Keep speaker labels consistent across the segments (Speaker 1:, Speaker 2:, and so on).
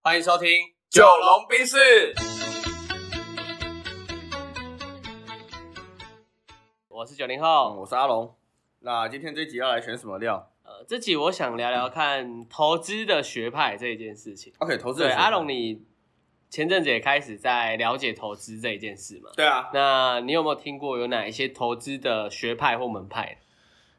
Speaker 1: 欢迎收听《
Speaker 2: 九龙冰室，
Speaker 1: 我是九零后。
Speaker 2: 我是阿龙。那今天这集要来选什么料
Speaker 1: 呃，这集我想聊聊看投资的学派这一件事情。
Speaker 2: ？OK，投资
Speaker 1: 对，
Speaker 2: 人选
Speaker 1: 阿龙，你前阵子也开始在了解投资这一件事嘛？
Speaker 2: 对啊，
Speaker 1: 那你有没有听过有哪一些投资的学派或门派？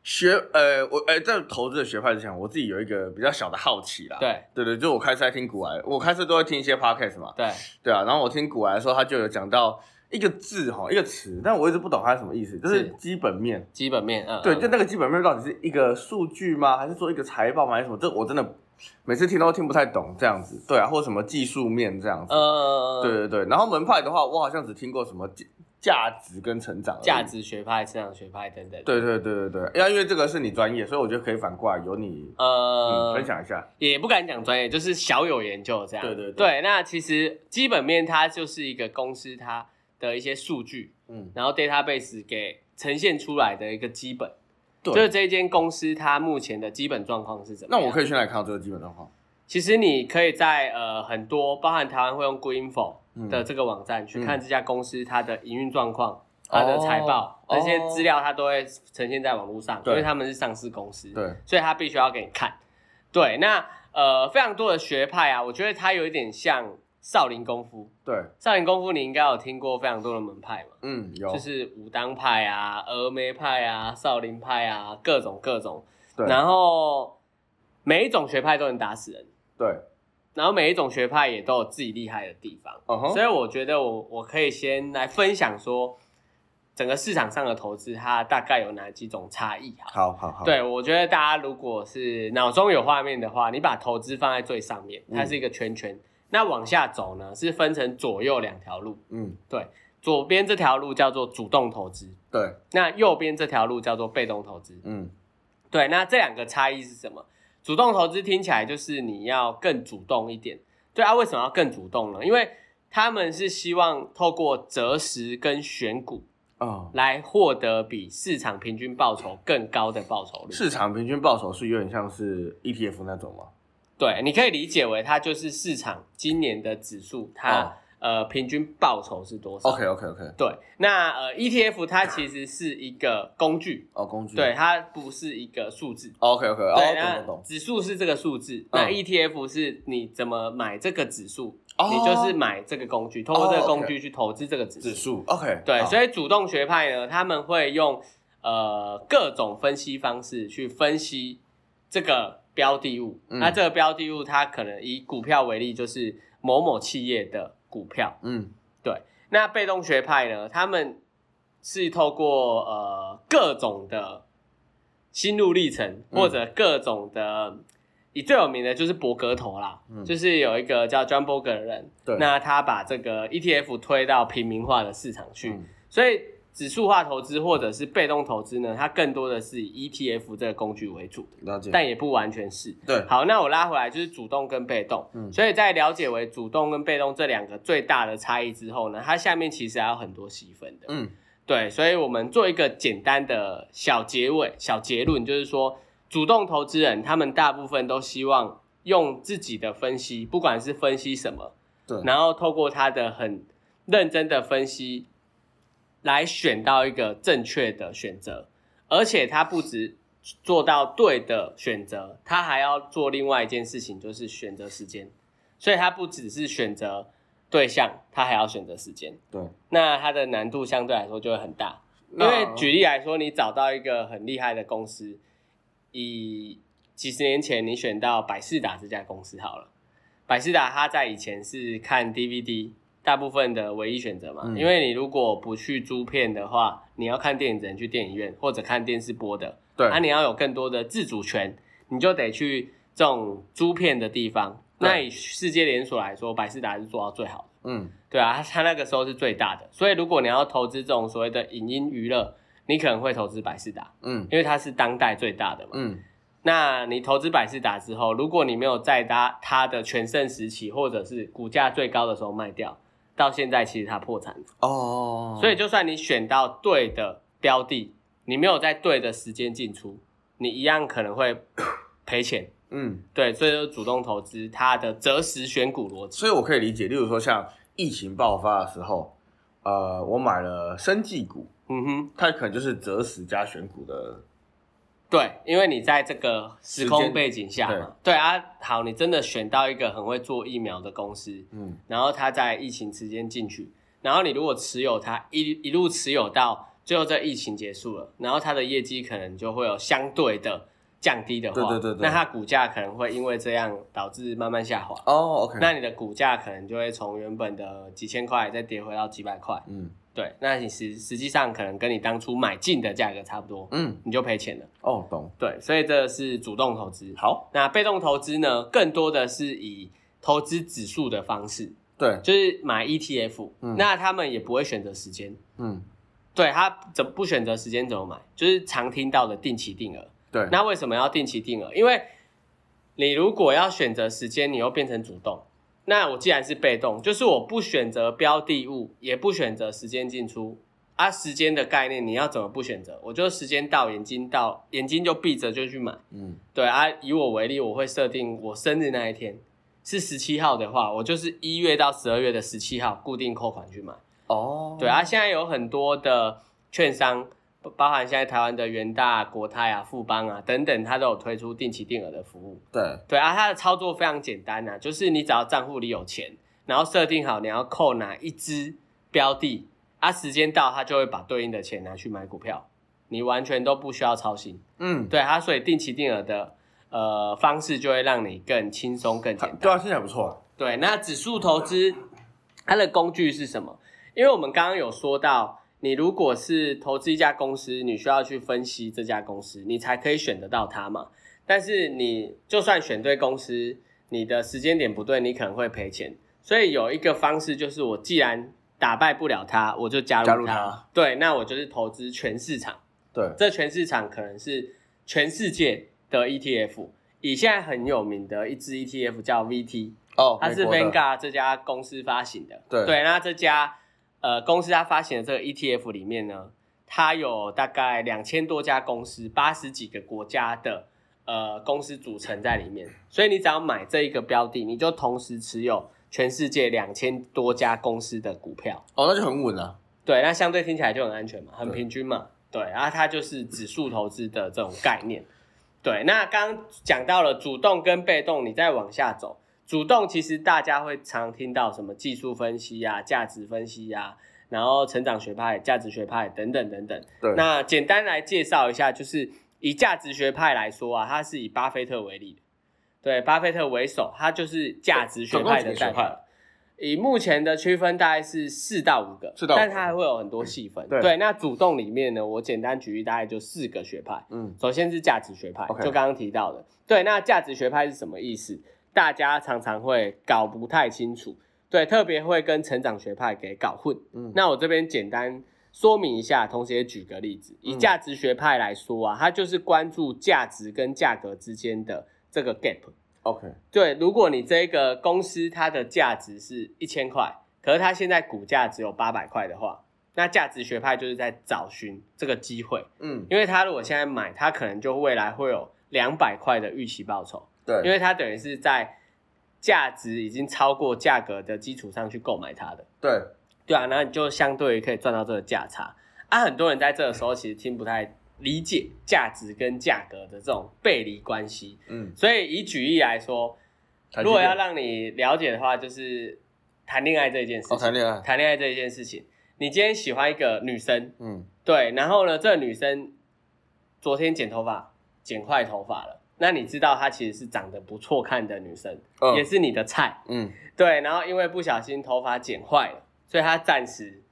Speaker 2: 学呃，我呃，在投资的学派之前，我自己有一个比较小的好奇啦。
Speaker 1: 对
Speaker 2: 对对，就我开车在听古癌，我开车都会听一些 podcast 嘛。
Speaker 1: 对，
Speaker 2: 对啊，然后我听古癌的时候，他就有讲到一个字哈，一个词，但我一直不懂它是什么意思，就是
Speaker 1: 是
Speaker 2: 基本面。
Speaker 1: 基本面，嗯，
Speaker 2: 对，
Speaker 1: 嗯
Speaker 2: 就那个基本面到底是一个数据吗？还是说一个财报吗？还是什么？这我真的每次听都听不太懂这样子。对啊，或者什么技术面这样子。
Speaker 1: 呃，
Speaker 2: 对对对，然后门派的话，我好像只听过什么价价值跟成长而已，
Speaker 1: 价值学派、市场学派等等。，
Speaker 2: 对。对对对对，要因为这个是你专业，所以我觉得可以反过来由你、
Speaker 1: 呃
Speaker 2: 嗯、，分享一下。
Speaker 1: 也不敢讲专业，就是小有研究这样。
Speaker 2: 对对对
Speaker 1: 对，那其实基本面它就是一个公司它的一些数据，
Speaker 2: 嗯，
Speaker 1: 然后 database 给呈现出来的一个基本，
Speaker 2: 对
Speaker 1: 就是这间公司它目前的基本状况是怎么
Speaker 2: 那
Speaker 1: 样。
Speaker 2: 我
Speaker 1: 以，
Speaker 2: 可以先来看到这个基本状况。
Speaker 1: 其实你可以在呃很多，包含台湾会用 Greenfo
Speaker 2: 嗯
Speaker 1: 的这个网站、去看这家公司它的营运状况、
Speaker 2: 哦
Speaker 1: 它的财报、
Speaker 2: 哦
Speaker 1: 那些资料，它都会呈现在网络上，
Speaker 2: 对
Speaker 1: 因为他们是上市公司。
Speaker 2: 对，
Speaker 1: 所以他必须要给你看。对，那呃，非常多的学派啊，我觉得它有一点像少林功夫。
Speaker 2: 对，
Speaker 1: 少林功夫你应该有听过非常多的门派嘛，
Speaker 2: 嗯，有，
Speaker 1: 就是武当派啊、峨眉派啊、少林派啊，各种各种。
Speaker 2: 对
Speaker 1: 然后每一种学派都能打死人，
Speaker 2: 对，
Speaker 1: 然后每一种学派也都有自己厉害的地方。
Speaker 2: 嗯哼
Speaker 1: 所，以我觉得我我可以先来分享说，整个市场上的投资它大概有哪几种差异哈。
Speaker 2: 好好好，，
Speaker 1: 对，我觉得大家如果是脑中有画面的话，你把投资放在最上面，
Speaker 2: 嗯
Speaker 1: 它是一个圈圈。那往下走呢，是分成左右两条路。
Speaker 2: 嗯，
Speaker 1: 左边这条路叫做主动投资，
Speaker 2: 对，
Speaker 1: 那右边这条路叫做被动投资。
Speaker 2: 嗯，
Speaker 1: 对，那这两个差异是什么？主动投资听起来就是你要更主动一点。对啊，为什么要更主动呢？因为他们是希望透过择时跟选股
Speaker 2: 哦，
Speaker 1: 来获得比市场平均报酬更高的报酬率。
Speaker 2: 市场平均报酬是有点像是 ETF 那种吗？
Speaker 1: 对，你可以理解为它就是市场今年的指数，它、
Speaker 2: 哦
Speaker 1: 呃平均报酬是多少
Speaker 2: ，OK OK OK，
Speaker 1: 对，那呃 ETF 它其实是一个工具，
Speaker 2: 哦，工具，
Speaker 1: 对，它不是一个数字。
Speaker 2: ，OK OK，哦，
Speaker 1: 对，
Speaker 2: 懂懂
Speaker 1: 那
Speaker 2: 懂，
Speaker 1: 指数是这个数字，
Speaker 2: 嗯
Speaker 1: 那 ETF 是你怎么买这个指数，
Speaker 2: 哦
Speaker 1: 你就是买这个工具，通过这个
Speaker 2: 哦
Speaker 1: 工
Speaker 2: ，OK
Speaker 1: 具去投资这个指数。
Speaker 2: 指数，OK，
Speaker 1: 对，所
Speaker 2: 以
Speaker 1: 以主动学派呢，他们会用呃各种分析方式去分析这个标的物。
Speaker 2: 嗯
Speaker 1: 那这个标的物，它可能以股票为例，就是某某企业的股票。
Speaker 2: 嗯，
Speaker 1: 那被动学派呢，他们是透过呃各种的心路历程，
Speaker 2: 嗯
Speaker 1: 或者各种的。以最有名的就是博格头啦，
Speaker 2: 嗯
Speaker 1: 就是有一个叫 John Boger 的人，
Speaker 2: 对
Speaker 1: 那他把这个 ETF 推到平民化的市场去，
Speaker 2: 嗯
Speaker 1: 所以指数化投资或者是被动投资呢，它更多的是以 ETF 这个工具为主，
Speaker 2: 了解，
Speaker 1: 但也不完全是。
Speaker 2: 对，
Speaker 1: 好，那我拉回来就是主动跟被动，
Speaker 2: 嗯
Speaker 1: 所以在了解为主动跟被动这两个最大的差异之后呢，它下面其实还有很多细分的，
Speaker 2: 嗯，
Speaker 1: 对，所以我们做一个简单的小结尾、小结论，就是说，主动投资人他们大部分都希望用自己的分析，不管是分析什么，
Speaker 2: 对
Speaker 1: 然后透过他的很认真的分析，来选到一个正确的选择，而且他不止做到对的选择，他还要做另外一件事情，就是选择时间，所以他不只是选择对象，他还要选择时间。
Speaker 2: 对，
Speaker 1: 那它的难度相对来说就会很大。因
Speaker 2: 那
Speaker 1: 为举例来说，你找到一个很厉害的公司，以几十年前你选到百事达这家公司好了，百事达它在以前是看 DVD 大部分的唯一选择嘛，
Speaker 2: 嗯
Speaker 1: 因为你如果不去租片的话，你要看电影只能去电影院或者看电视播的，
Speaker 2: 对，
Speaker 1: 那、啊你要有更多的自主权，你就得去这种租片的地方。
Speaker 2: 对
Speaker 1: 那以世界连锁来说，百事达是做到最好的。
Speaker 2: 嗯，
Speaker 1: 对啊，它那个时候是最大的，所以如果你要投资这种所谓的影音娱乐，你可能会投资百事达，
Speaker 2: 嗯
Speaker 1: 因为它是当代最大的嘛。
Speaker 2: 嗯，
Speaker 1: 那你投资百事达之后，如果你没有在它它的全盛时期，或者是股价最高的时候卖掉，到现在其实它破产了。
Speaker 2: 哦，
Speaker 1: 所以就算你选到对的标的，你没有在对的时间进出，你一样可能会赔钱。
Speaker 2: 嗯，
Speaker 1: 对，所以就主动投资它的择时选股逻辑。
Speaker 2: 所以我可以理解，例如说像疫情爆发的时候，呃，我买了生技股，
Speaker 1: 嗯哼，
Speaker 2: 它可能就是择时加选股的，
Speaker 1: 对，因为你在这个时
Speaker 2: 时
Speaker 1: 空
Speaker 2: 间
Speaker 1: 背景下嘛，对啊，好，你真的选到一个很会做疫苗的公司，
Speaker 2: 嗯，
Speaker 1: 然后它在疫情期间进去，然后你如果持有它一一路持有到最后这疫情结束了，然后它的业绩可能就会有相对的降低的话，
Speaker 2: 对对对对
Speaker 1: 那它股价可能会因为这样导致慢慢下滑，
Speaker 2: 哦，OK，
Speaker 1: 那你的股价可能就会从原本的几千块再跌回到几百块，
Speaker 2: 嗯
Speaker 1: 对，那你实实际上可能跟你当初买进的价格差不多，
Speaker 2: 嗯，
Speaker 1: 你就赔钱了，
Speaker 2: 哦，懂，
Speaker 1: 对，所以这是主动投资。
Speaker 2: 好，
Speaker 1: 那被动投资呢，更多的是以投资指数的方式，
Speaker 2: 对，
Speaker 1: 就是买 ETF，、
Speaker 2: 嗯
Speaker 1: 那他们也不会选择时间，
Speaker 2: 嗯，
Speaker 1: 对他怎不选择时间怎么买，就是常听到的定期定额。
Speaker 2: 对，
Speaker 1: 那为什么要定期定额？因为你如果要选择时间，你又变成主动，那我既然是被动，就是我不选择标的物，也不选择时间进出。啊，时间的概念你要怎么不选择？我就时间到，眼睛到，眼睛就闭着就去买。
Speaker 2: 嗯
Speaker 1: 对啊，以我为例，我会设定我生日那一天是十七号的话，我就是一月到十二月的十七号固定扣款去买。
Speaker 2: 哦，
Speaker 1: 对，啊，现在有很多的券商，包包含现在台湾的元大、国泰啊、富邦啊等等，它都有推出定期定额的服务。
Speaker 2: 对，
Speaker 1: 对啊，它的操作非常简单啊，就是你只要账户里有钱，然后设定好你要扣哪一支标的，啊，时间到它就会把对应的钱拿去买股票，你完全都不需要操心。
Speaker 2: 嗯，
Speaker 1: 对它，所以定期定额的呃方式就会让你更轻松、更简单。
Speaker 2: 对啊，现在还不错，
Speaker 1: 对，那指数投资它的工具是什么？因为我们刚刚有说到，你如果是投资一家公司，你需要去分析这家公司，你才可以选得到它嘛。但是你就算选对公司，你的时间点不对，你可能会赔钱。所以有一个方式就是，我既然打败不了它，我就加入
Speaker 2: 加入
Speaker 1: 它
Speaker 2: 它。
Speaker 1: 对，那我就是投资全市场。
Speaker 2: 对，
Speaker 1: 这全市场可能是全世界的 ETF，以现在很有名的一支 ETF 叫 VT，
Speaker 2: 哦，
Speaker 1: 它是
Speaker 2: 美国的
Speaker 1: Vanguard 这家公司发行的。
Speaker 2: 对
Speaker 1: 那这家呃公司它发行的这个 ETF 里面呢，它有大概两千多家公司，八十几个国家的呃公司组成在里面。所以你只要买这一个标的，你就同时持有全世界两千多家公司的股票。
Speaker 2: 哦，那就很稳啊，
Speaker 1: 对，那相对听起来就很安全嘛，很
Speaker 2: 对
Speaker 1: 平均嘛。对，然后它就是指数投资的这种概念。对，那刚刚讲到了主动跟被动，你再往下走，主动其实大家会常听到什么技术分析啊、价值分析啊，然后成长学派、价值学派等等等等。
Speaker 2: 对，
Speaker 1: 那简单来介绍一下，就是以价值学派来说啊，它是以巴菲特为例的，对，巴菲特为首，它就是价值学
Speaker 2: 总共
Speaker 1: 派
Speaker 2: 几
Speaker 1: 的
Speaker 2: 个学
Speaker 1: 代
Speaker 2: 派
Speaker 1: 表。以目前的区分大概是四到五个，
Speaker 2: 4到5个
Speaker 1: 但它还会有很多细分。
Speaker 2: 对
Speaker 1: 那主动里面呢，我简单举例，大概就四个学派。
Speaker 2: 嗯
Speaker 1: 首先是价值学派
Speaker 2: OK
Speaker 1: 就刚刚提到的。对，那价值学派是什么意思？大家常常会搞不太清楚，对，特别会跟成长学派给搞混。
Speaker 2: 嗯，
Speaker 1: 那我这边简单说明一下，同时也举个例子，以
Speaker 2: 嗯
Speaker 1: 价值学派来说啊，它就是关注价值跟价格之间的这个 gap。
Speaker 2: OK，
Speaker 1: 对，如果你这个公司它的价值是一千块，可是它现在股价只有八百块的话，那价值学派就是在找寻这个机会，
Speaker 2: 嗯，
Speaker 1: 因为它如果现在买，它可能就未来会有两百块的预期报酬，
Speaker 2: 对，
Speaker 1: 因为它等于是在价值已经超过价格的基础上去购买它的。
Speaker 2: 对，
Speaker 1: 对啊，那你就相对于可以赚到这个价差。啊，很多人在这个时候其实听不太理解价值跟价格的这种背离关系，
Speaker 2: 嗯，
Speaker 1: 所以以举例来说，
Speaker 2: 台积电
Speaker 1: 如果要让你了解的话，就是谈恋爱这件事
Speaker 2: 哦，谈
Speaker 1: 情，
Speaker 2: 恋爱，
Speaker 1: 谈恋爱这件事情，你今天喜欢一个女生，
Speaker 2: 嗯
Speaker 1: 对，然后呢，这个女生昨天剪头发剪坏头发了，那你知道她其实是长得不错看的女生，
Speaker 2: 嗯
Speaker 1: 也是你的菜，
Speaker 2: 嗯，
Speaker 1: 对，然后因为不小心头发剪坏了，所以他暂时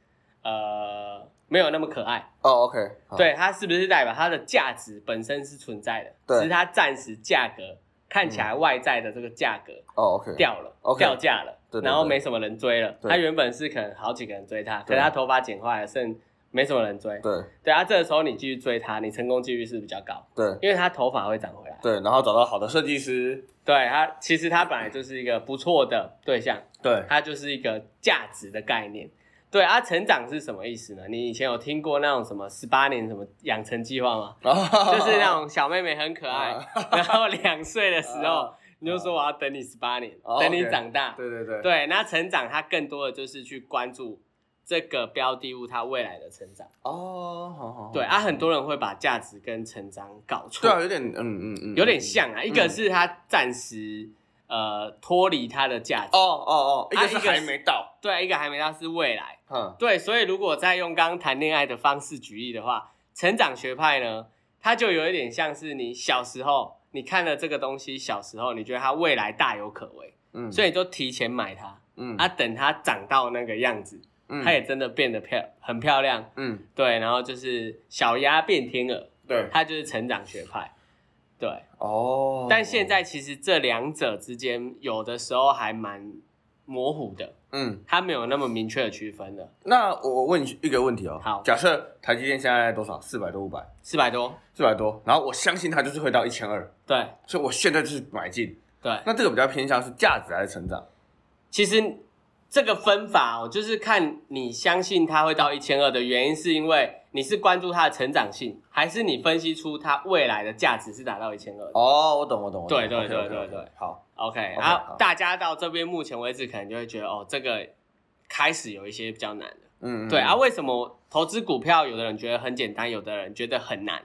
Speaker 1: 呃没有那么可爱。
Speaker 2: 哦，OK，好，
Speaker 1: 对，它是不是代表它的价值本身是存在的？
Speaker 2: 对
Speaker 1: 只是它暂时价格看起来外在的这个价格
Speaker 2: 哦，OK，
Speaker 1: 掉了，
Speaker 2: OK
Speaker 1: 掉价了，
Speaker 2: 对对
Speaker 1: 然后
Speaker 2: 对
Speaker 1: 没什么人追了。
Speaker 2: 对
Speaker 1: 他原本是可能好几个人追他，可
Speaker 2: 对
Speaker 1: 是他头发剪坏了，剩没什么人追。
Speaker 2: 对
Speaker 1: 对啊，这个时候你继续追他，你成功几率是比较高，
Speaker 2: 对
Speaker 1: 因为他头发会长回来。
Speaker 2: 对，然后找到好的设计师，
Speaker 1: 对他，其实他本来就是一个不错的对象，
Speaker 2: 对，
Speaker 1: 它就是一个价值的概念。对啊，成长是什么意思呢？你以前有听过那种什么十八年什么养成计划吗？ 就是那种小妹妹很可
Speaker 2: 哦
Speaker 1: 爱，然后两岁的时候
Speaker 2: 啊
Speaker 1: 你就说我要等你十八年
Speaker 2: 哦，
Speaker 1: 等你
Speaker 2: OK
Speaker 1: 长大。
Speaker 2: 对对对，
Speaker 1: 对，那成长它更多的就是去关注这个标的物它未来的成长。
Speaker 2: 哦，好好，好
Speaker 1: 对啊，很多人会把价值跟成长搞
Speaker 2: 对啊，
Speaker 1: 错，
Speaker 2: 有点，嗯嗯嗯，
Speaker 1: 有点
Speaker 2: 嗯。
Speaker 1: 像啊。一个是它暂时呃脱离它的价值，
Speaker 2: 哦哦哦，一
Speaker 1: 啊
Speaker 2: 个是
Speaker 1: 一个
Speaker 2: 还
Speaker 1: 是
Speaker 2: 没到，
Speaker 1: 对，一个还没到是未来。
Speaker 2: 嗯，
Speaker 1: 对，所以如果再用刚刚谈恋爱的方式举例的话，成长学派呢，它就有一点像是你小时候你看了这个东西，小时候你觉得它未来大有可为，
Speaker 2: 嗯，
Speaker 1: 所
Speaker 2: 以，
Speaker 1: 以你就提前买它，
Speaker 2: 嗯
Speaker 1: 啊，等它长到那个样子，
Speaker 2: 嗯
Speaker 1: 它也真的变得漂很漂亮，
Speaker 2: 嗯，
Speaker 1: 对，然后就是小鸭变天鹅，
Speaker 2: 对，
Speaker 1: 它就是成长学派，对，
Speaker 2: 哦，
Speaker 1: 但现，在其实这两者之间有的时候还蛮模糊的，
Speaker 2: 嗯，
Speaker 1: 它没有那么明确的区分了，
Speaker 2: 那我我问你一个问题哦，
Speaker 1: 好
Speaker 2: 假设台积电现在多少？四百多，五百，
Speaker 1: 四百多，
Speaker 2: 四百多，然后我相信它就是会到一千二，
Speaker 1: 对
Speaker 2: 所以我现在就是买进。
Speaker 1: 对。
Speaker 2: 那这个比较偏向是价值还是成长？
Speaker 1: 其实这个分法哦，就是看你相信它会到一千二的原因，是因为你是关注它的成长性，还是你分析出它未来的价值是达到一千二
Speaker 2: 哦，我懂，我懂，我懂
Speaker 1: 对对
Speaker 2: OK，OK，OK，
Speaker 1: 对对对
Speaker 2: 好，
Speaker 1: ？OK，
Speaker 2: OK，
Speaker 1: 然后
Speaker 2: 好
Speaker 1: 大家到这边目前为止，可能就会觉得哦，这个开始有一些比较难了。
Speaker 2: 嗯，嗯
Speaker 1: 对啊，，为什么投资股票，有的人觉得很简单，有的人觉得很难，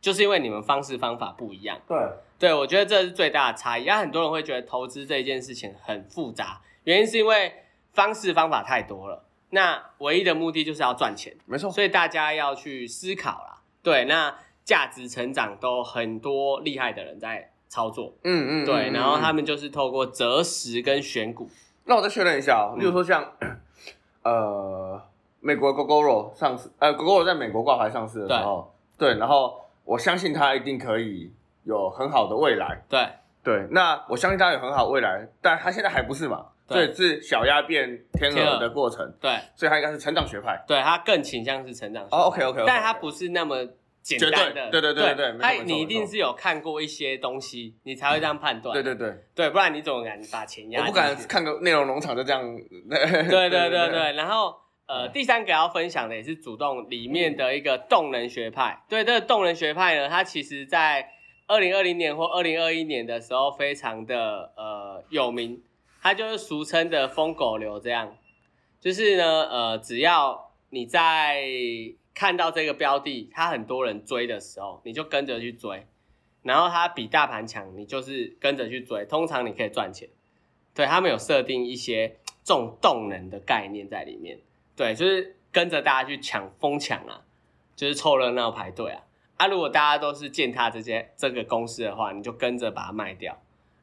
Speaker 1: 就是因为你们方式方法不一样。
Speaker 2: 对，
Speaker 1: 对，我觉得这是最大的差异。但很多人会觉得投资这件事情很复杂，原因是因为方式方法太多了。那唯一的目的就是要赚钱，
Speaker 2: 没错，
Speaker 1: 所以大家要去思考啦。对，那价值成长都很多厉害的人在操作，
Speaker 2: 嗯嗯，
Speaker 1: 对，
Speaker 2: 嗯
Speaker 1: 然后
Speaker 2: 嗯
Speaker 1: 他们就是透过择时跟选股，
Speaker 2: 那我再确认一下哦，
Speaker 1: 嗯
Speaker 2: 例如说像，呃，美国 GoGoRo 上市，呃，GoGoRo 在美国挂牌上市的时候，对，然后我相信它一定可以有很好的未来，
Speaker 1: 对
Speaker 2: 对，那我相信它有很好的未来，但它现在还不是嘛，所
Speaker 1: 对
Speaker 2: 以是小鸭变天
Speaker 1: 天鹅
Speaker 2: 鹅的过程，
Speaker 1: 对
Speaker 2: 所以它应该是成长学派。
Speaker 1: 对，它更倾向是成长型。
Speaker 2: 哦，OK，OK，OK，OK
Speaker 1: 但它不是那么简单的，
Speaker 2: 绝对对对对对没错
Speaker 1: 它
Speaker 2: 没错
Speaker 1: 你一定
Speaker 2: 没错
Speaker 1: 是有看过一些东西，你才会这样判断。
Speaker 2: 对对对，
Speaker 1: 对，不然你怎么敢把钱压？
Speaker 2: 我不敢。看个内容农场就这样。 对
Speaker 1: 对对对对，然后呃，第三个要分享的也是主动里面的一个动能学派。对，这个动能学派呢，它其实在二零二零年或二零二一年的时候非常的呃有名，它就是俗称的疯狗流这样。就是呢，呃，只要你在看到这个标的，它很多人追的时候，你就跟着去追，然后它比大盘强，你就是跟着去追，通常你可以赚钱。对他们有设定一些这种动能的概念在里面，对，就是跟着大家去抢疯抢啊，就是凑热闹排队啊。啊，如果大家都是践踏这些这个公司的话，你就跟着把它卖掉，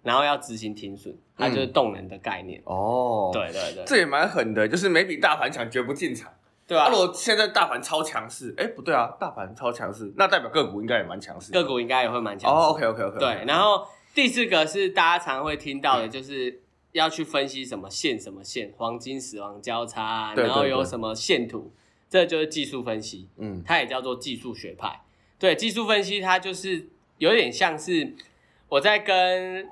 Speaker 1: 然后要执行停损，它就是动能的概念。
Speaker 2: 嗯哦，，
Speaker 1: 对对对，
Speaker 2: 这也蛮狠的，就是每笔大盘强绝不进场。
Speaker 1: 对啊
Speaker 2: 阿，罗现在大盘超强势，哎，不对啊，大盘超强势，那代表个股应该也蛮强势的。
Speaker 1: 个股应该也会蛮强势的。
Speaker 2: 哦，OK OK OK，
Speaker 1: 对，然后第四个是大家常会听到的，就是要去分析什么线什么线，黄金死亡交叉啊，
Speaker 2: 对对
Speaker 1: 然后有
Speaker 2: 对
Speaker 1: 什么线图，这就是技术分析，
Speaker 2: 嗯
Speaker 1: 它也叫做技术学派。对，技术分析它就是有点像是我在跟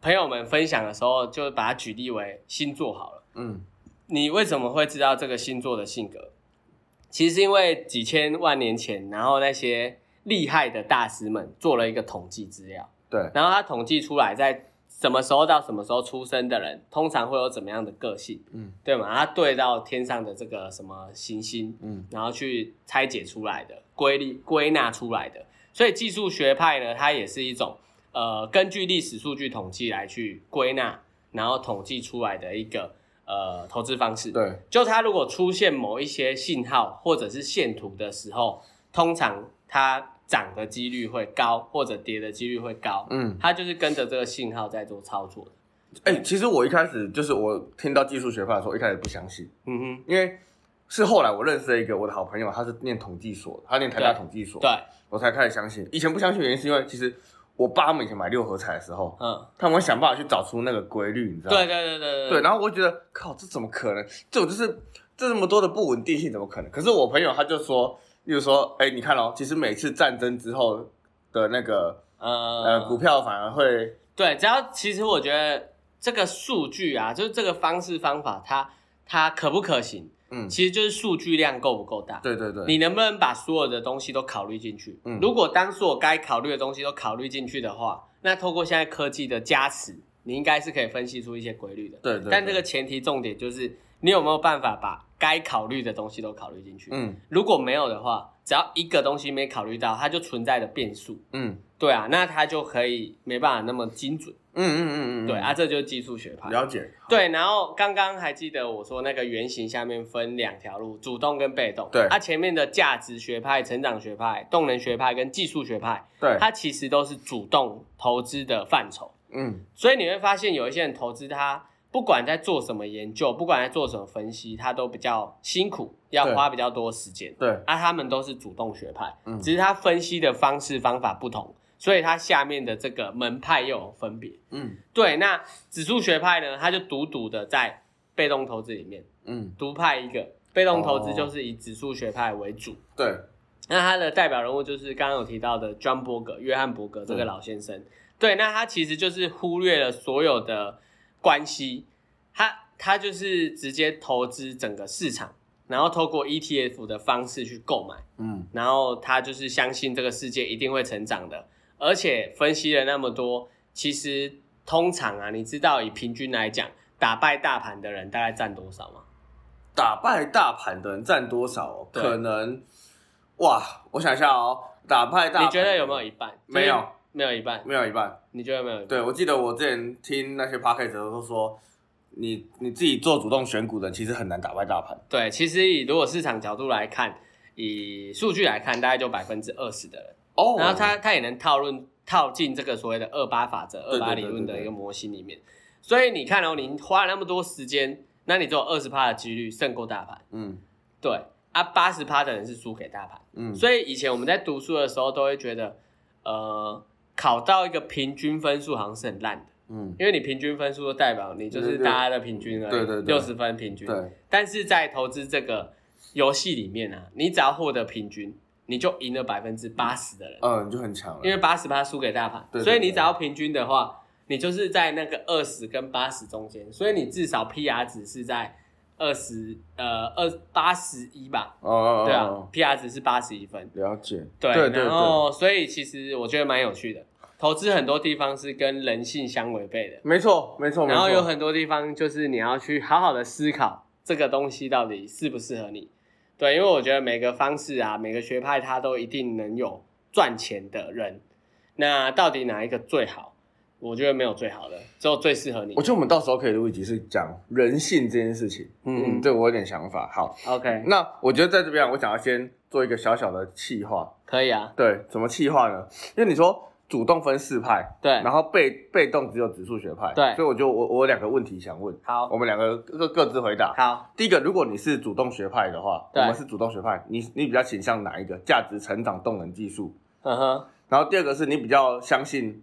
Speaker 1: 朋友们分享的时候，就把它举例为星座好了。
Speaker 2: 嗯，
Speaker 1: 你为什么会知道这个星座的性格？其实是因为几千万年前，然后那些厉害的大师们做了一个统计资料，
Speaker 2: 对，
Speaker 1: 然后他统计出来在什么时候到什么时候出生的人，通常会有怎么样的个性，
Speaker 2: 嗯
Speaker 1: 对吗？他对到天上的这个什么行星，
Speaker 2: 嗯
Speaker 1: 然后去拆解出来的、归类、归纳出来的。所以技术学派呢，它也是一种呃，根据历史数据统计来去归纳，然后统计出来的一个呃投资方式。
Speaker 2: 对，
Speaker 1: 就它如果出现某一些信号或者是线图的时候，通常它涨的几率会高，或者跌的几率会高。
Speaker 2: 嗯，
Speaker 1: 它就是跟着这个信号在做操作的。
Speaker 2: 哎，其实我一开始就是我听到技术学派的时候，一开始不相信，
Speaker 1: 嗯
Speaker 2: 因为是后来我认识了一个我的好朋友，他是念统计所的，他念台大
Speaker 1: 对
Speaker 2: 统计所
Speaker 1: 哼，，对，
Speaker 2: 我才开始相信。以前不相信的原因是因为其实我爸他们以前买六合彩的时候，
Speaker 1: 嗯，
Speaker 2: 他们会想办法去找出那个规律，你知道吗？
Speaker 1: 对对对对
Speaker 2: 对，然后我就觉得靠，这怎么可能？这种就是这么多的不稳定性，怎么可能？可是我朋友他就说，例如说，哎，你看哦，其实每次战争之后的那个
Speaker 1: 呃
Speaker 2: 呃股票反而会，
Speaker 1: 对，只要其实我觉得这个数据啊，就是这个方式方法它，它可不可行，
Speaker 2: 嗯，
Speaker 1: 其实就是数据量够不够大。
Speaker 2: 对对对，
Speaker 1: 你能不能把所有的东西都考虑进去？
Speaker 2: 嗯
Speaker 1: 如果当所有该考虑的东西都考虑进去的话，那透过现在科技的加持，你应该是可以分析出一些规律的。
Speaker 2: 对对对
Speaker 1: 但这个前提重点就是你有没有办法把该考虑的东西都考虑进去。
Speaker 2: 嗯
Speaker 1: 如果没有的话，只要一个东西没考虑到，它就存在的变数。
Speaker 2: 嗯
Speaker 1: 对啊，那它就可以没办法那么精准。
Speaker 2: 嗯嗯嗯嗯，
Speaker 1: 对啊，，这就是技术学派。
Speaker 2: 了解，
Speaker 1: 对，然后刚刚还记得我说那个圆形下面分两条路，主动跟被动。
Speaker 2: 对
Speaker 1: 它、前面的价值学派、成长学派、动能学派跟技术学派，
Speaker 2: 对，
Speaker 1: 它其实都是主动投资的范畴。
Speaker 2: 嗯
Speaker 1: 所以你会发现有一些人投资他，不管在做什么研究，不管在做什么分析，他都比较辛苦，要
Speaker 2: 对
Speaker 1: 花比较多时间。
Speaker 2: 对，
Speaker 1: 啊，他们都是主动学派，
Speaker 2: 嗯
Speaker 1: 只是他分析的方式方法不同，所以他下面的这个门派又有分别。
Speaker 2: 嗯
Speaker 1: 对，那指数学派呢，他就独独的在被动投资里面
Speaker 2: 嗯
Speaker 1: 独派一个，被动投资
Speaker 2: 哦
Speaker 1: 就是以指数学派为主。
Speaker 2: 对，
Speaker 1: 那他的代表人物就是刚刚有提到的 John Berger 约翰伯格这个
Speaker 2: 对
Speaker 1: 老先生。对，那他其实就是忽略了所有的关系，他他就是直接投资整个市场，然后透过 ETF 的方式去购买。
Speaker 2: 嗯
Speaker 1: 然后他就是相信这个世界一定会成长的，而且分析了那么多，其实通常啊，你知道以平均来讲，打败大盘的人大概占多少吗？
Speaker 2: 打败大盘的人占多少哦？
Speaker 1: 对
Speaker 2: 可能哇，我想一下哦，打败大盘
Speaker 1: 你觉得有没有一半？
Speaker 2: 没有，
Speaker 1: 没有一半。
Speaker 2: 没有一半？
Speaker 1: 你觉得有没有一半？
Speaker 2: 对，我记得我之前听那些 p o c a s t 都说，你你自己做主动选股的，其实很难打败大盘。
Speaker 1: 对，其实以如果市场角度来看，以数据来看，大概就百分之二十的人，
Speaker 2: 哦
Speaker 1: 然后他他也能套论套进这个所谓的二八法则、二
Speaker 2: 对对
Speaker 1: 八
Speaker 2: 对
Speaker 1: 理论
Speaker 2: 对
Speaker 1: 的
Speaker 2: 对
Speaker 1: 一个模型里面。所以你看哦，你花了那么多时间，那你只有二十趴的几率胜过大盘。
Speaker 2: 嗯
Speaker 1: 对啊，八十趴的人是输给大盘，
Speaker 2: 嗯，
Speaker 1: 所以以前我们在读书的时候都会觉得，呃，考到一个平均分数好像是很烂的，
Speaker 2: 嗯
Speaker 1: 因为你平均分数就代表你就
Speaker 2: 对
Speaker 1: 是
Speaker 2: 对对
Speaker 1: 大家的平均而已，
Speaker 2: 对对对
Speaker 1: 六十分平均。
Speaker 2: 对，
Speaker 1: 但是在投资这个游戏里面啊，你只要获得平均，你就赢了百分之八十的人，
Speaker 2: 嗯，你就很强了。
Speaker 1: 因为八十趴输给大盘，
Speaker 2: 对对
Speaker 1: 所以你
Speaker 2: 对
Speaker 1: 只要平均的话，你就是在那个二十跟八十中间，所以你至少 PR 值是在二十呃二八十一吧。
Speaker 2: 哦哦，哦
Speaker 1: 对啊
Speaker 2: 哦
Speaker 1: ，PR 值是八十一分。
Speaker 2: 了解。
Speaker 1: 对，
Speaker 2: 对对
Speaker 1: 然后所以其实我觉得蛮有趣的，投资很多地方是跟人性相违背的，
Speaker 2: 没错没哦错没错。
Speaker 1: 然后有很多地方就是你要去好好的思考这个东西到底适不适合你。对，因为我觉得每个方式啊，每个学派它都一定能有赚钱的人，那到底哪一个最好？我觉得没有最好的，只有最适合你
Speaker 2: 我。觉得我们到时候可以录一集是讲人性这件事情。
Speaker 1: 嗯
Speaker 2: 嗯嗯，对我有点想法。好，
Speaker 1: OK，
Speaker 2: 那我觉得在这边啊我想要先做一个小小的气划。
Speaker 1: 可以啊，
Speaker 2: 对，怎么气划呢？因为你说主动分四派，
Speaker 1: 对
Speaker 2: 然，后被被动只有指数学派，
Speaker 1: 对
Speaker 2: 所以我就我我有两个问题想问，
Speaker 1: 好
Speaker 2: 我，们两个各各自回答。
Speaker 1: 好，
Speaker 2: 第一个，如果你是主动学派的话，
Speaker 1: 对
Speaker 2: 我们是主动学派，你你比较倾向哪一个？价值成长动能技术。
Speaker 1: 嗯哼，
Speaker 2: 然后第二个是你比较相信，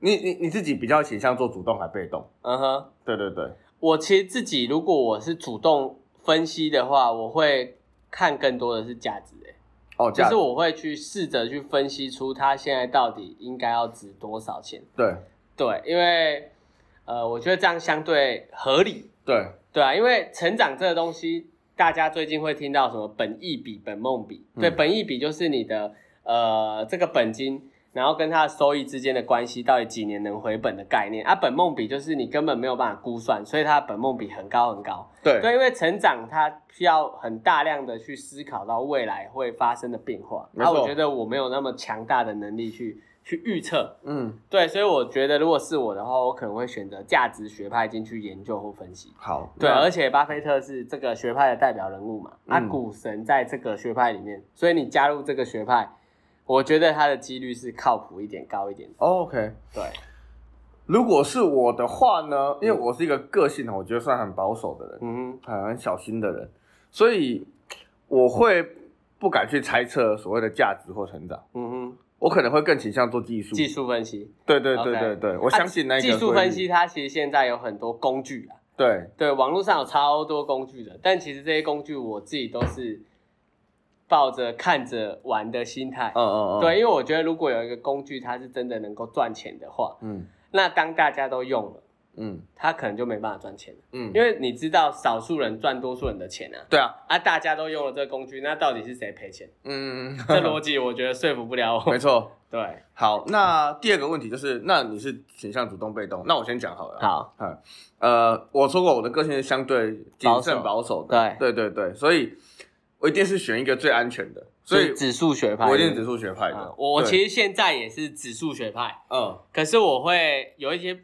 Speaker 2: 你你你自己比较倾向做主动还被动？
Speaker 1: 嗯哼。
Speaker 2: 对对对，
Speaker 1: 我其实自己如果我是主动分析的话，我会看更多的是价值、欸，
Speaker 2: 哦，
Speaker 1: 就
Speaker 2: 价
Speaker 1: 是
Speaker 2: 值
Speaker 1: 我会去试着去分析出它现在到底应该要值多少钱。
Speaker 2: 对
Speaker 1: 对，因为呃，我觉得这样相对合理，
Speaker 2: 对
Speaker 1: 对啊，因为成长这个东西，大家最近会听到什么本益比、本梦比，
Speaker 2: 嗯
Speaker 1: 对，本益比就是你的呃这个本金。然后跟它的收益之间的关系到底几年能回本的概念啊，本梦比就是你根本没有办法估算，所以它的本梦比很高很高。
Speaker 2: 对
Speaker 1: 对，因为成长它需要很大量的去思考到未来会发生的变化，
Speaker 2: 没
Speaker 1: 然后我
Speaker 2: 错
Speaker 1: 觉得我没有那么强大的能力去去预测，
Speaker 2: 嗯，
Speaker 1: 对，所以我觉得如果是我的话，我可能会选择价值学派进去研究或分析。
Speaker 2: 好，
Speaker 1: 对，
Speaker 2: 那
Speaker 1: 而且巴菲特是这个学派的代表人物嘛，他、
Speaker 2: 啊嗯
Speaker 1: 股神在这个学派里面，所以你加入这个学派，我觉得他的几率是靠谱一点、高一点。
Speaker 2: 哦 OK。
Speaker 1: 对，
Speaker 2: 如果是我的话呢，因为我是一个个性我觉得算很保守的人，
Speaker 1: 嗯哼，
Speaker 2: 很很小心的人，所以我会不敢去猜测所谓的价值或成长，
Speaker 1: 嗯哼，
Speaker 2: 我可能会更倾向做技术。
Speaker 1: 技术分析，
Speaker 2: 对对对
Speaker 1: OK
Speaker 2: 对对，我相信那
Speaker 1: 啊
Speaker 2: 个
Speaker 1: 技术
Speaker 2: 规律
Speaker 1: 分析，它其实现在有很多工具啊。
Speaker 2: 对
Speaker 1: 对，网络上有超多工具的，但其实这些工具我自己都是抱着看着玩的心态。
Speaker 2: 嗯嗯嗯，
Speaker 1: 对，，因为我觉得如果有一个工具它是真的能够赚钱的话，
Speaker 2: 嗯
Speaker 1: 那当大家都用了，
Speaker 2: 嗯
Speaker 1: 他可能就没办法赚钱了，
Speaker 2: 嗯，
Speaker 1: 因为你知道少数人赚多数人的钱啊，
Speaker 2: 对啊，
Speaker 1: 啊，大家都用了这个工具，那到底是谁赔钱？
Speaker 2: 嗯，
Speaker 1: 这逻辑我觉得说服不了我。
Speaker 2: 没错。
Speaker 1: 对，
Speaker 2: 好，那第二个问题就是，那你是倾向主动被动？那我先讲好了。，
Speaker 1: 好，
Speaker 2: 呃，我说过我的个性是相对谨慎
Speaker 1: 保
Speaker 2: 保守的，
Speaker 1: 对，
Speaker 2: 对对对，所以我一定是选一个最安全的，所以
Speaker 1: 指指数学派，
Speaker 2: 我一定指数学派
Speaker 1: 啊
Speaker 2: 的。
Speaker 1: 我我
Speaker 2: 对
Speaker 1: 其实现在也是指数学派，
Speaker 2: 嗯
Speaker 1: 可是我会有一些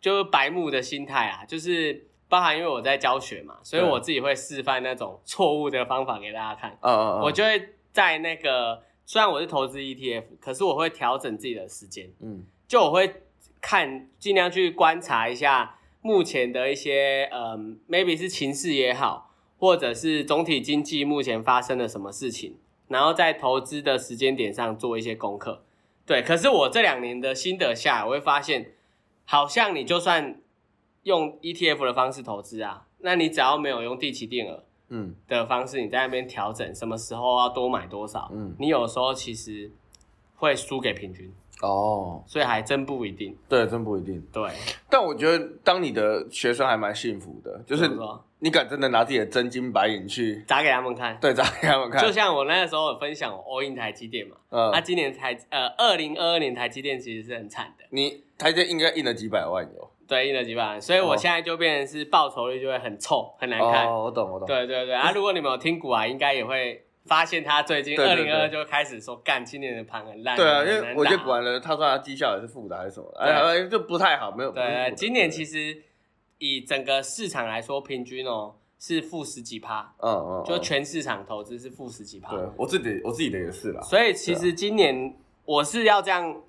Speaker 1: 就是白目的心态啊，就是包含因为我在教学嘛，所以
Speaker 2: 对
Speaker 1: 我自己会示范那种错误的方法给大家看。
Speaker 2: 嗯嗯，
Speaker 1: 我就会在那个虽然我是投资 ETF，可是我会调整自己的时间，
Speaker 2: 嗯
Speaker 1: 就我会看尽量去观察一下目前的一些嗯，maybe 是情势也好，或者是总体经济目前发生了什么事情，然后在投资的时间点上做一些功课。对，可是我这两年的心得下来，我会发现，好像你就算用 ETF 的方式投资啊，那你只要没有用定期定额，
Speaker 2: 嗯
Speaker 1: 的方式，你在那边调整什么时候要多买多少，
Speaker 2: 嗯，
Speaker 1: 你有时候其实会输给平均，
Speaker 2: 哦，
Speaker 1: 所以还真不一定。
Speaker 2: 对，真不一定。
Speaker 1: 对，
Speaker 2: 但我觉得当你的学生还蛮幸福的，就
Speaker 1: 就是说
Speaker 2: 你敢真的拿自己的真金白银去
Speaker 1: 砸给他们看。
Speaker 2: 对砸给他们看，
Speaker 1: 就像我那时候有分享我 all in 台积电嘛，
Speaker 2: 嗯，
Speaker 1: 啊，今年台呃二零二二年台积电其实是很惨的，
Speaker 2: 你台阶应该印了几百万有。
Speaker 1: 对，印了几百万，所以我
Speaker 2: 哦
Speaker 1: 现在就变成是报酬率就会很臭，很难哎看。
Speaker 2: 哦，我懂，我懂。
Speaker 1: 对对对，啊，如果你们有听股啊，应该也会发现他最近二
Speaker 2: 对对
Speaker 1: 零
Speaker 2: 对
Speaker 1: 二就开始说干今年的盘很烂，
Speaker 2: 对啊，
Speaker 1: 很
Speaker 2: 因
Speaker 1: 难
Speaker 2: 为我觉得
Speaker 1: 打
Speaker 2: 古玩人他说他绩效也是负的还是什么，哎
Speaker 1: 对啊
Speaker 2: 哎，就不太好，没有。不是负
Speaker 1: 对，
Speaker 2: 的
Speaker 1: 今年
Speaker 2: 对
Speaker 1: 其实以整个市场来说，平均哦是负十几趴，
Speaker 2: 嗯嗯，嗯
Speaker 1: 就全市场投资是负十几趴。
Speaker 2: 对啊我自己我自己的也是啦。
Speaker 1: 所以
Speaker 2: 啊
Speaker 1: 其实今年我是要这样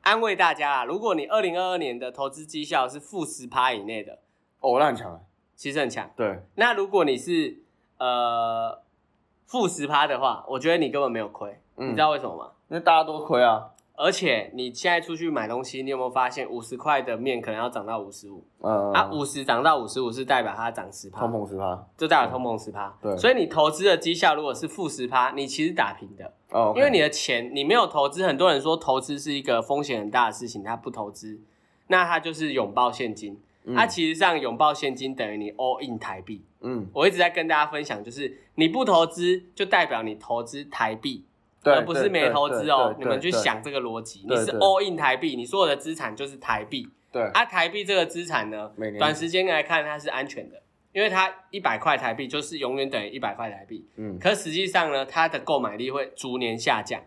Speaker 1: 安慰大家啊，如果你二零二二年的投资绩效是负十趴以内的，
Speaker 2: 哦，那很强啊。
Speaker 1: 其实很强。
Speaker 2: 对，
Speaker 1: 那如果你是呃负十趴的话，我觉得你根本没有亏，
Speaker 2: 嗯
Speaker 1: 你知道为什么吗？
Speaker 2: 因为大家都亏啊。
Speaker 1: 而且你现在出去买东西，你有没有发现五十块的面可能要涨到五十五？
Speaker 2: 嗯，
Speaker 1: 啊，五十涨到五十五是代表它涨十趴，
Speaker 2: 通膨十趴。
Speaker 1: 就代表通膨十趴。
Speaker 2: 对
Speaker 1: 所以你投资的绩效如果是负十趴，你其实打平的，
Speaker 2: 哦，OK，
Speaker 1: 因为你的钱你没有投资。很多人说投资是一个风险很大的事情，他不投资，那他就是拥抱现金。
Speaker 2: 嗯
Speaker 1: 他其实上拥抱现金等于你 all in 台币。
Speaker 2: 嗯，
Speaker 1: 我一直在跟大家分享，就是你不投资就代表你投资台币，
Speaker 2: 对，
Speaker 1: 而不是没投资哦。
Speaker 2: 对
Speaker 1: 你们去，想这个逻辑，你是 all in 台币，你所有的资产就是台币。
Speaker 2: 对对对，
Speaker 1: 啊，台币这个资产呢，
Speaker 2: 每年
Speaker 1: 短时间来看它是安全的，因为它一百块台币就是永远等于一百块台币。
Speaker 2: 嗯
Speaker 1: 可实际上呢，它的购买力会逐年下降。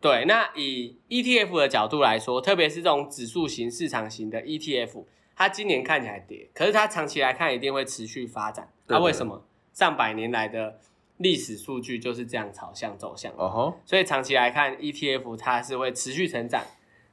Speaker 1: 对，那以 ETF 的角度来说，特别是这种指数型、市场型的 ETF，它今年看起来跌，可是它长期来看一定会持续发展。那、
Speaker 2: 对对
Speaker 1: 为什么？上百年来的历史数据就是这样朝向走向的。
Speaker 2: 哦吼，
Speaker 1: 所以长期来看，ETF 它是会持续成长，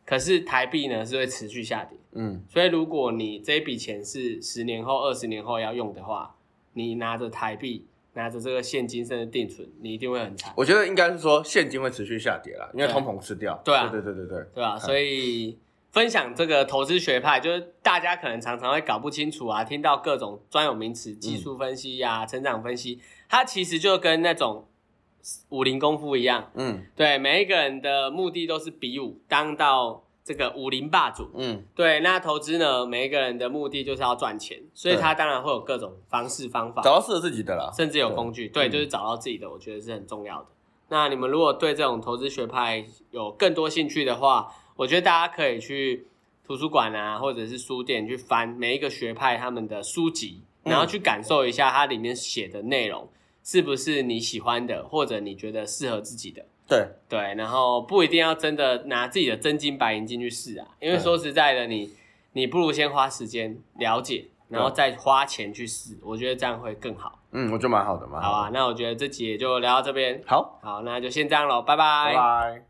Speaker 1: 可是台币呢是会持续下跌。
Speaker 2: 嗯，
Speaker 1: 所以如果你这笔钱是十年后、二十年后要用的话，你拿着台币，拿着这个现金甚至定存，你一定会很惨，
Speaker 2: 我觉得应该是说现金会持续下跌啦，因为
Speaker 1: 对
Speaker 2: 通膨吃掉。
Speaker 1: 对啊
Speaker 2: 对对对对对，
Speaker 1: 对吧、所以分享这个投资学派，就是大家可能常常会搞不清楚啊，听到各种专有名词、技术分析呀、成长分析，它其实就跟那种武林功夫一样，
Speaker 2: 嗯
Speaker 1: 对，每一个人的目的都是比武，当到这个武林霸主。
Speaker 2: 嗯
Speaker 1: 对，那投资呢，每一个人的目的就是要赚钱，所以
Speaker 2: 对
Speaker 1: 他当然会有各种方式方法
Speaker 2: 找。到适合自己的啦。
Speaker 1: 甚至有工具，对，
Speaker 2: 嗯
Speaker 1: 就是找到自己的，我觉得是很重要的。那你们如果对这种投资学派有更多兴趣的话，我觉得大家可以去图书馆啊，或者是书店去翻每一个学派他们的书籍，
Speaker 2: 嗯
Speaker 1: 然后去感受一下它里面写的内容是不是你喜欢的，或者你觉得适合自己的。
Speaker 2: 对，
Speaker 1: 对，然后不一定要真的拿自己的真金白银进去试啊，因为
Speaker 2: 对
Speaker 1: 说实在的，你你不如先花时间了解，然后
Speaker 2: 对
Speaker 1: 再花钱去试，我觉得这样会更好。
Speaker 2: 嗯，我觉得蛮好的，蛮
Speaker 1: 好
Speaker 2: 好的。
Speaker 1: 啊，那我觉得这集也就聊到这边。
Speaker 2: 好，
Speaker 1: 好，那就先这样喽，
Speaker 2: 拜拜。